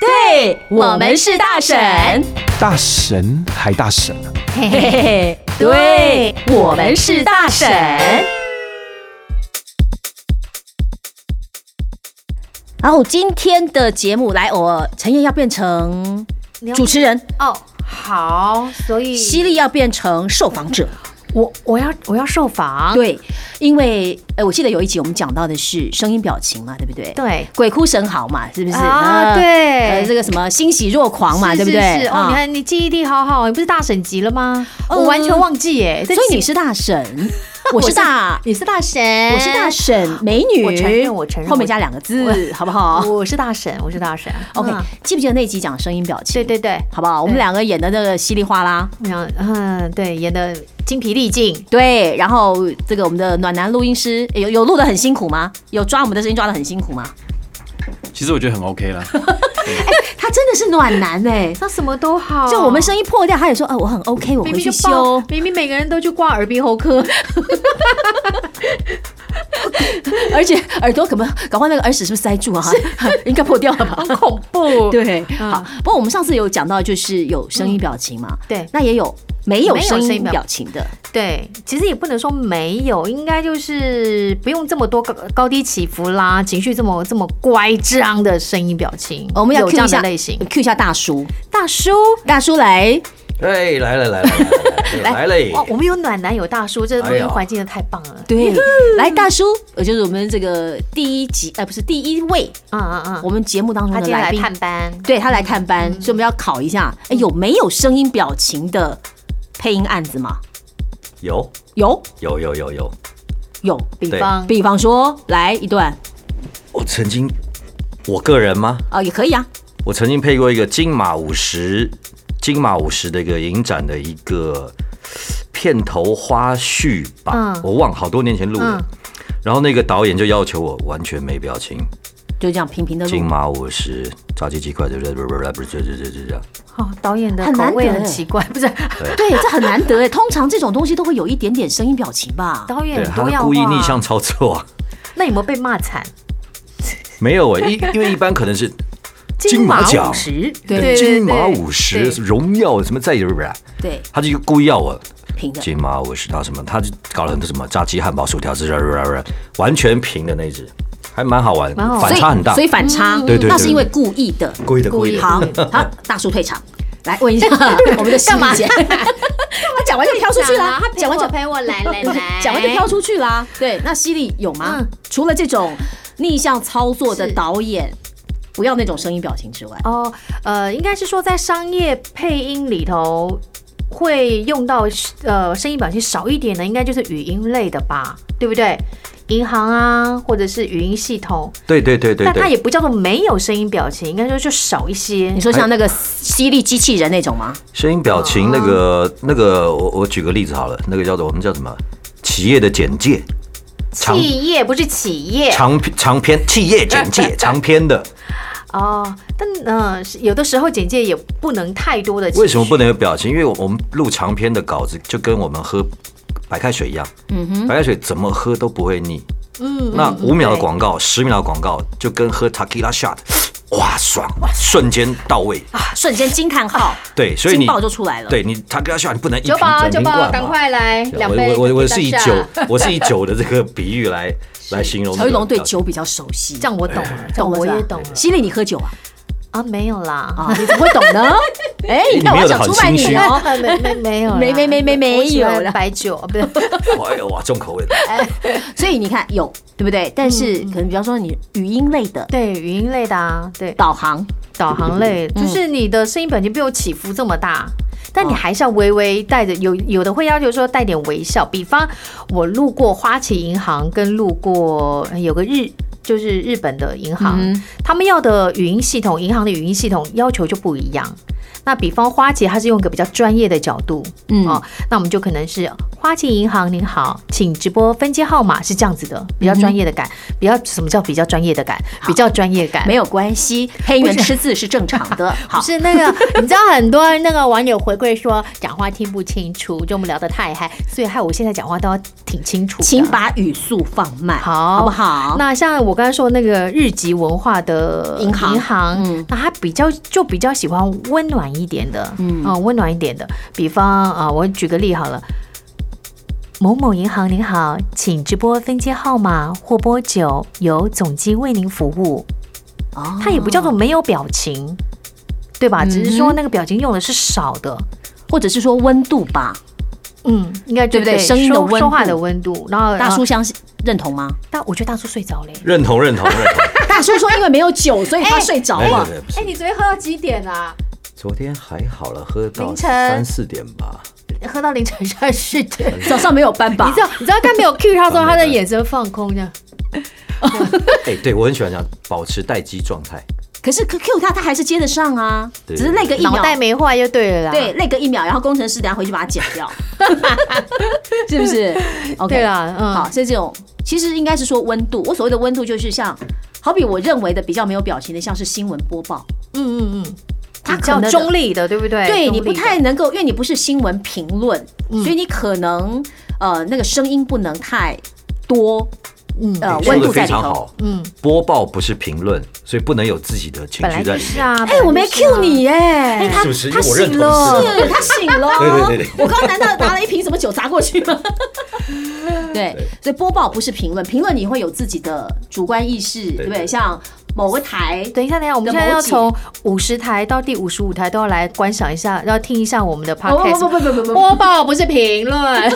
嘿，我们是大婶，大神还大神啊！嘿嘿嘿，对，我们是大婶。哦，今天的节目来，我陈燕要变成你要主持人，哦，好，所以犀利要变成受访者。我我要我要受访，对，因为呃，我记得有一集我们讲到的是声音表情嘛，对不对？对鬼哭神嚎嘛，是不是？啊呃对呃，这个什么欣喜若狂嘛，对是不对？是是哦，啊你看你记忆力好好，你不是大省级了吗？嗯我完全忘记耶，所以你是大婶， 我是大，你是大神，我是大婶美女，我承认我承认后面加两个字， 好不 好我是大神，我是大神。 ？OK，嗯记不记得那集讲声音表情？对对对，好不好？我们两个演的那个稀里哗啦。我想嗯，对，演的精疲力嗯尽，对，然后这个我们的暖男录音师有有录的很辛苦吗？有抓我们的声音抓的很辛苦吗？其实我觉得很 OK 啦。他真的是暖男 哎、那什么都好，就我们声音破掉，他也说，呃，我很 OK，我明回哦明去就报修。 明明每个人都去挂耳鼻喉科，而且耳朵可不，搞不好那个耳屎是不是塞住啊？ 应该破掉了吧？恐 怖。对，嗯好。不过我们上次有讲到，就是有声音表情嘛，对那也有没有没有声声音音表表情的，对，其实也不能说没有，应该就是不用这么多高高低起伏啦，情绪这么这么乖张的声音表情，我们要有这 Q 一样下的类型。 ，Q 一下大叔，大叔，大叔来，哎，来了来了 来了来哇了，！哦我们有暖男，有大叔，这录哎音呀环境真的太棒了。对，来大叔，呃，就是我们这个第一集，呃，不是第一位，嗯嗯嗯，我们节目当中他的今天来来宾，探嗯班，对他来探班，所以我们要考一下，哎，有没有声音表情的配音案子吗？有有，有有有有，有，比对方比方说，来一段我曾经，我个人吗？啊、也可以啊。我曾经配过一个金马五十，金马五十的一个影展的一个片头花絮吧，嗯我忘了好多年前录的。嗯然后那个导演就要求我完全没表情，就这样平平的金录，马五十炸鸡鸡块，对不对？不不不这这这这这，哦，导演的很口难味得很哎奇怪， 不是对，这很难得哎。通常这种东西都会有一点点声音表情吧？导演对，很他多样故意化逆向操作、啊，那有没有被骂惨？ 没有啊，因因为一般可能是马奖五十，对对金马五对十荣耀什么再有不是？对，他就故意要我平的。金马五十到什么，他就搞了很多什么炸鸡、汉堡、薯条之类的，完全平的那一只，还蛮好玩，蛮好玩反差很大哦所以。反差，嗯对对对那是因为故意的。故意的，故意的。 好，好，大叔退场，来问一下我们的干嘛？干嘛讲完就飘出去啦？讲完就 陪我来 来讲完就飘出去啦。对，那犀利有吗？嗯除了这种逆向操作的是导演，不要那种声音表情之外，哦，呃，应该是说在商业配音里头会用到呃声音表情少一点的，应该就是语音类的吧，对不对？银行啊，或者是语音系统，对对对对但它对，也不叫做没有声音表情，应该说就少一些你。说像那个犀利机器人那种吗？声音哦表情那个那个，我我举个例子好了，那个叫做我们叫什么？企业的简介，长企业不是企业长长篇企业 简介长篇的，哦，但嗯、是有的时候简介也不能太多的情绪。为什么不能有表情？因为我们录长篇的稿子就跟我们喝白开水一样，嗯白开水怎么喝都不会腻。嗯，那五秒的广告，十秒的广告就跟喝 Tequila shot，哇，爽，瞬间到位。哎啊瞬间惊叹号，对，所以你啊劲爆就出来了啊对你 Tequila shot 你不能一瓶整瓶灌嘛。来对我我我我是以酒， 我是以酒的这个比喻来来形容这曹个表情。玉龙对酒比较熟悉，这样我懂了，这样我也懂了犀利，你喝酒啊？啊，没有啦，啊，你怎么会懂 呢？哎，你看你没有我得想很出卖心你虚哦。啊 没没没有啦，没没没没没我喜欢有啦白酒，啊不是。哎呦哇，重口味的，所以你看有对不对？但是嗯可能比方说你语音类的对，语音类的啊，对，导航，导航类，就是你的声音本身不用起伏这么大。但你还是要微微带着有有的会要求说带点微笑，比方我路过花旗银行跟路过呃有个日就是日本的银行，他们要的语音系统，银行的语音系统要求就不一样，那比方花旗，它是用一个比较专业的角度，嗯哦，那我们就可能是花旗银行您好，请直播分机号码是这样子的，比较专业的感，比较什么叫比较专业的感，比较专业感，没有关系，黑人吃字是正常 的。好哎不，是那个，你知道很多那个网友回馈说讲话听不清楚，就我们聊得太嗨，所以害我现在讲话都要挺清楚的。请把语速放慢，好，不好？那像我刚才说那个日籍文化的银行嗯银行，那他比较就比较喜欢温暖一点的，嗯，啊、温暖一点的。比方啊、我举个例好了。某某银行您好，请直拨分机号码或拨九，由总机为您服务。哦嗯它也不叫做没有表情，对吧？只是说那个表情用的是少的，或者是说温度吧。嗯，应该对就不对声音的说温说话度的温度。然后大呃叔相信认同吗？大，我觉得大叔睡着嘞。认同认同认同。 大叔说因为没有酒，所以他睡着啊没有了没。有，不是哎、你昨天喝到几点啊？昨天还好了，喝到凌晨三四点吧。喝到凌晨三四 点。早上没有班吧？哎你知道，你知道刚没有 cue 他的时候，他的眼神放空这样。哎，对我很喜欢这样，保持待机状态。可是 Q 他，他还是接得上啊，只对是那个一秒脑袋没坏就对了啦。对，那个一秒，然后工程师等下回去把它剪 掉， 是不是？OK 对啦嗯好，所以这种其实应该是说温度，我所谓的温度就是像，好比我认为的比较没有表情的，像是新闻播报，嗯嗯嗯，它比较可能中立的，对不对？对中你立不的嗯太能够，因为你不是新闻评论，所以你可能呃那个声音不能太多，嗯呃你说温的度在非里常头。好。嗯，播报不是评论，所以不能有自己的情本来绪就在里是面。啊。哎，我没 Q 本来就是啊。你哎，他是不是？因他为我认醒同了是是他醒 了，对对对我刚刚难道拿了一瓶什么酒砸过去吗？ 对，所以播报不是评论，评论你会有自己的主观意识，对不对？对像某个台，等一下，等一下，我们现在要从五十台到第五十五台都要来观赏一下，要听一下我们的哦 podcast。不不不不不不播报不是评 论，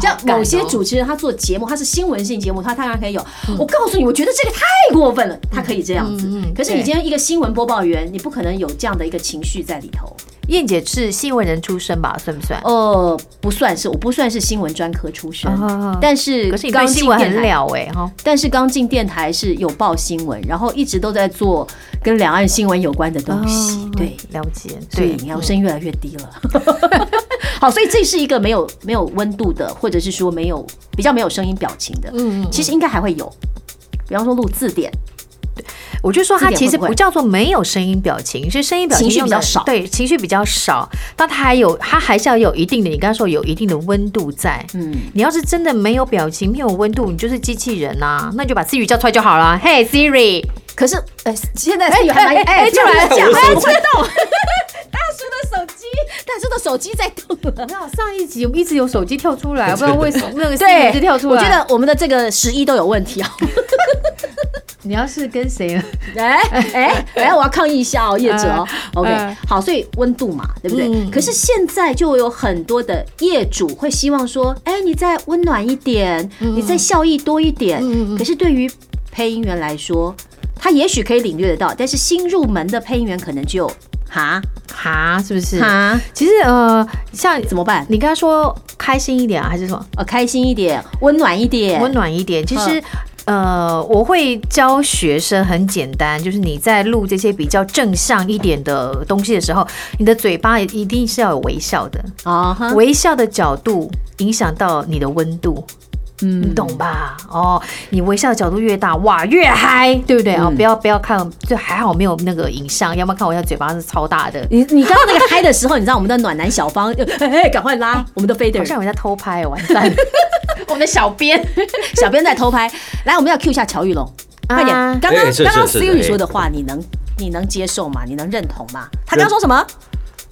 像某些哦主持人他做节目，他是新闻性节目，他当然可以有。我告诉你，我觉得这个太过分了，他可以这样子嗯嗯嗯嗯。可是你对今天一个新闻播报员，你不可能有这样的一个情绪在里头。燕姐是新闻人出身吧？算不算？呃，不算是，我不算是新闻专科出身哦啊啊啊，但是可是你刚对进新闻电很台了哎哈。但是刚进电台是有报新闻，然后一直都在做跟两岸新闻有关的东西，哦对，了解，所以对，你要声越来越低了。 好，所以这是一个没有没有温度的，或者是说没有比较没有声音表情的，嗯嗯嗯其实应该还会有，比方说录字典，我就说这他点其实会不会不叫做没有声音表情，是声音表情情绪用的比较少对，情绪比较少，但他还有他还是要有一定的，你刚才说有一定的温度在。嗯，你要是真的没有表情、没有温度，你就是机器人呐、那你就把 Siri 叫出来就好了。嘿 Siri，可是呃现在哎是还蛮哎哎哎，哎突然突讲然哎，不会动。大叔的手机，大叔的手机在动了。那上一集一直有手机跳出 来，我不知道为什么那个对， Siri 一直跳出来。我觉得我们的这个十一都有问题啊。你要是跟谁，哎哎哎，我要抗议一下哦，业者哦。嗯 OK，嗯好，所以温度嘛，对不对？嗯可是现在就有很多的业主会希望说，哎，你再温暖一点，你再效益多一点。可是对于配音员来说，他也许可以领略得到，但是新入门的配音员可能就哈哈，是不是？哈其实呃，像怎么办？你刚才说开心一点啊，还是什么？呃，开心一点，温暖一点，温暖一点。其实，呃，我会教学生很简单，就是你在录这些比较正向一点的东西的时候，你的嘴巴一定是要有微笑的，啊哈，微笑的角度影响到你的温度。嗯你懂吧？哦，你微笑的角度越大，哇，越嗨，对不对啊、哦嗯不要不要看，就还好没有那个影像，要不然看我现在嘴巴是超大的，你你刚刚那个嗨的时候，你知道我们的暖男小芳，就哎哎赶快拉我们的 fader，好像有人在偷拍，完蛋！我们的小编， 小编在偷拍。来，我们要 Q 一下乔玉龙，啊快点！刚刚哎是刚刚是是是 Siri 哎说的话，你能你能接受吗？你能认同吗？他刚刚说什么？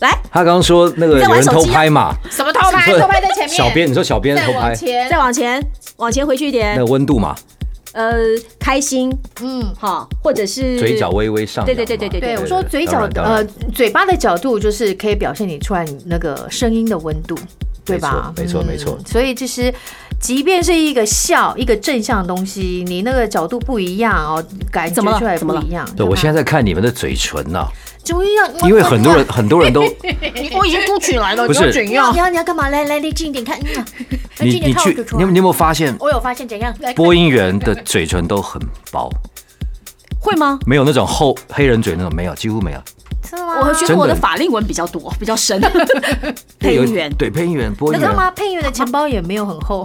来， 他刚刚说那个在有玩人手偷机啊拍嘛，什么偷你 拍？说偷拍在前面，小编，你说小编再偷往拍，前，再往前，往前回去一那点个。温度嘛，呃，开心嗯。哈，或者是嘴角。微微上扬对嘛。对对对对对，对。我说嘴当角然当然呃嘴巴的角度，就是可以表现你出来你那个声音的温度，对吧？没错没错嗯没错所以其实，即便是一个笑，一个正向的东西，你那个角度不一样哦，感觉怎么了出来怎么不了一样。对，我现在在在看你们的嘴唇呐，终于要，因为很多人很多 人都我已经过去来了不是你要你要你要干嘛？来来来，近一点看，嗯啊来你近一点你看我去嘴，唇你有你有没有发现我有发现怎样？来播音员的嘴唇都很薄，会吗？没有那种厚黑人嘴那种，没有，几乎没有。真的吗？我觉得我的真的法令文比较多，比较 深。 配有音员，对配音员、播你音知道员。吗？配音员的钱包也没有很厚，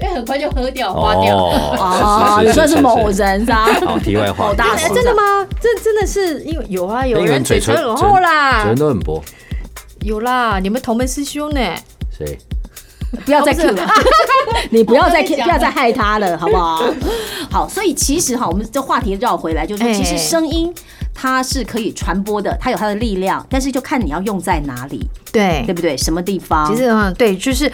因为很快就喝掉、花掉。哦，你说是某人是吧？好，题外话，某大哎师真的吗？这真的是因为有啊，有人嘴唇很厚厚嘴啦唇，都很薄。有啦，你们同门师兄呢？谁？不要再哦不是 Q 了，你不要再 Q，我跟你讲不要再害他了，好不 好？好，所以其实哈，我们这话题绕回来，就是说哎其实声音它是可以传播的，它有它的力量，但是就看你要用在哪里，对对，不对？什么地方？其实嗯，对，就是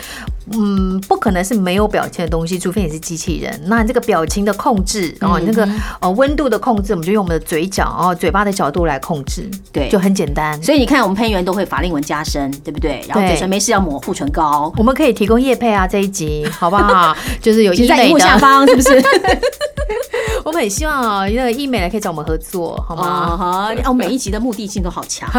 嗯，不可能是没有表情的东西，除非你是机器人。那你这个表情的控制，嗯哦，你那个呃温度的控制，我们就用我们的嘴角哦，嘴巴的角度来控制，对就很简单。所以你看，我们配音员都会法令纹加深，对不对？然后对嘴唇没事要抹护唇膏。我们可以提供叶配啊这 一集，好不好？就是有其医实在荧美幕下的，方是不 是？ 我们很希望啊，那个医美的可以找我们合作，好啊吗？哈！哦，每一集的目的性都好 强。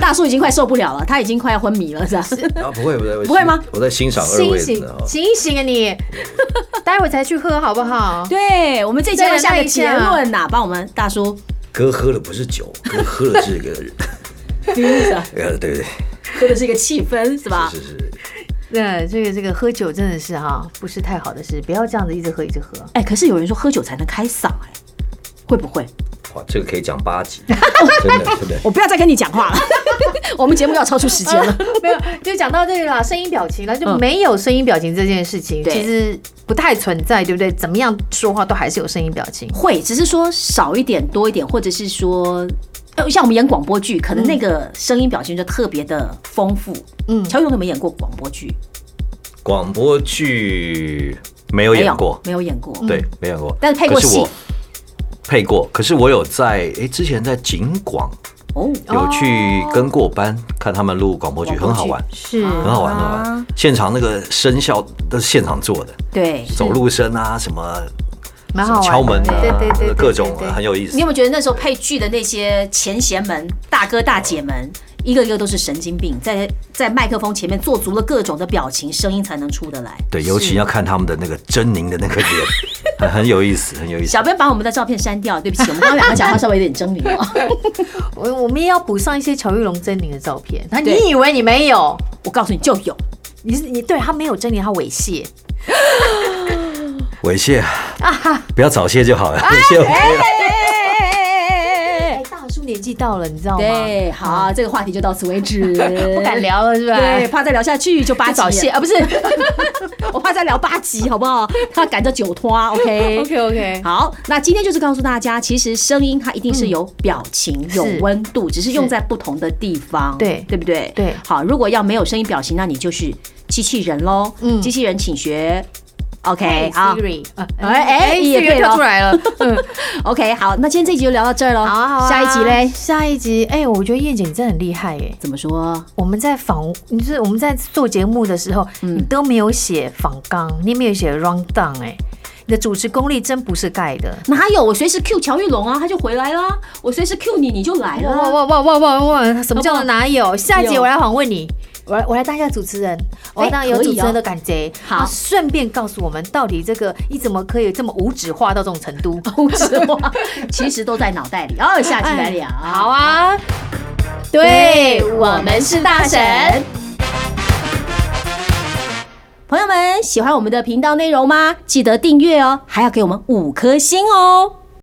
大叔已经快受不了了，他已经快要昏迷了，是吧？啊，不会不会不会吗？我在欣赏二醒位醒的。醒醒啊 你！待会才去喝好不好？对我们这一集要下个结论呐、帮我们大叔哥喝的不是酒，哥喝的是一个， 呃，对对，喝的是一个气氛，是吧？是是。对，这个这个喝酒真的是哈、不是太好的事，不要这样子一直喝一直喝。哎、可是有人说喝酒才能开嗓、哎，会不会？哇，这个可以讲八集， 真的真的。我不要再跟你讲 话了，我们节目要超出时间了。 没有，就讲到这个啦，声音表情啦，就没有声音表情这件事情，对嗯其实不太存在，对不对？怎么样说话都还是有声音表情。会，只是说少一点、多一点，或者是说，呃，像我们演广播剧，可能那个声音表情就特别的丰富。嗯，乔勇有没有演过广播剧？广播剧没有没演有过，没有演过。对，没演过，但是配过可是戏我配过，可是我有在诶，之前在景广哦，有去跟过班，看他们录广播剧，广播很好剧玩，是，很好玩，很好玩。现场那个声效都是现场做的，对。走路声啊，什么蛮什好么玩的。对敲门对对对啊对，各种对很有意思你。有没有觉得那时候配剧的那些前贤们、大哥大姐们，一个一个都是神经病，在在麦克风前面做足了各种的表情，声音才能出得来。对，尤其要看他们的那个狰狞的那个脸， 很很有意思，很有意思。小编把我们的照片删掉，对不起，我们刚刚两个讲话稍微有点狰狞哦了。我我们也要补上一些乔玉龙狰狞的照片。那对你以为你没有？ 我告诉你就有，你是你对他没有狰狞，他猥亵。猥亵，啊 不要早 泄就好了，猥亵 OK 了。哎，大叔年纪到了，你知道吗？对，好，这个话题就到此为止，不敢。聊了是吧？对，，怕再聊下去就八就早集 泄啊，不是，我怕再聊八集，好不好？他赶着酒托，OK 啊 OK OK，好，那今天就是告诉大家，其实声音它一定是有表情、有温度，只是用在不同的地方，对对不对？对好，如果要没有声音表情，那你就是机器人喽。嗯，机器人请学。OK，好，Siri，呃嗯哎哎也对 Siri 了跳出来 了。嗯， ，OK，好，那今天这一集就聊到这儿喽。好啊，好啊下一集嘞，下一集，哎，我觉得燕姐你真的很厉害哎。怎么说？我们在访，你就是我们在做节目的时候，你都没有写访纲，你也没有写 round down，哎，你的主持功力真不是盖的。哪有？我随时 Q 乔玉龙啊，他就回来啦。我随时 Q 你，你就来 哇了。哇哇哇哇哇！什么叫做哪有？下一集有我来访问你，哎我来我来当一下主持人，我来当有可以主持人哦的感觉。好然后顺便告诉我们，到底这个你怎么可以这么无纸化到这种程度？不是话，其实都在脑袋里。哦，下集来聊。好啊，对我们是大神朋友们，喜欢我们的频道内容吗？记得订阅哦，还要给我们五颗星哦。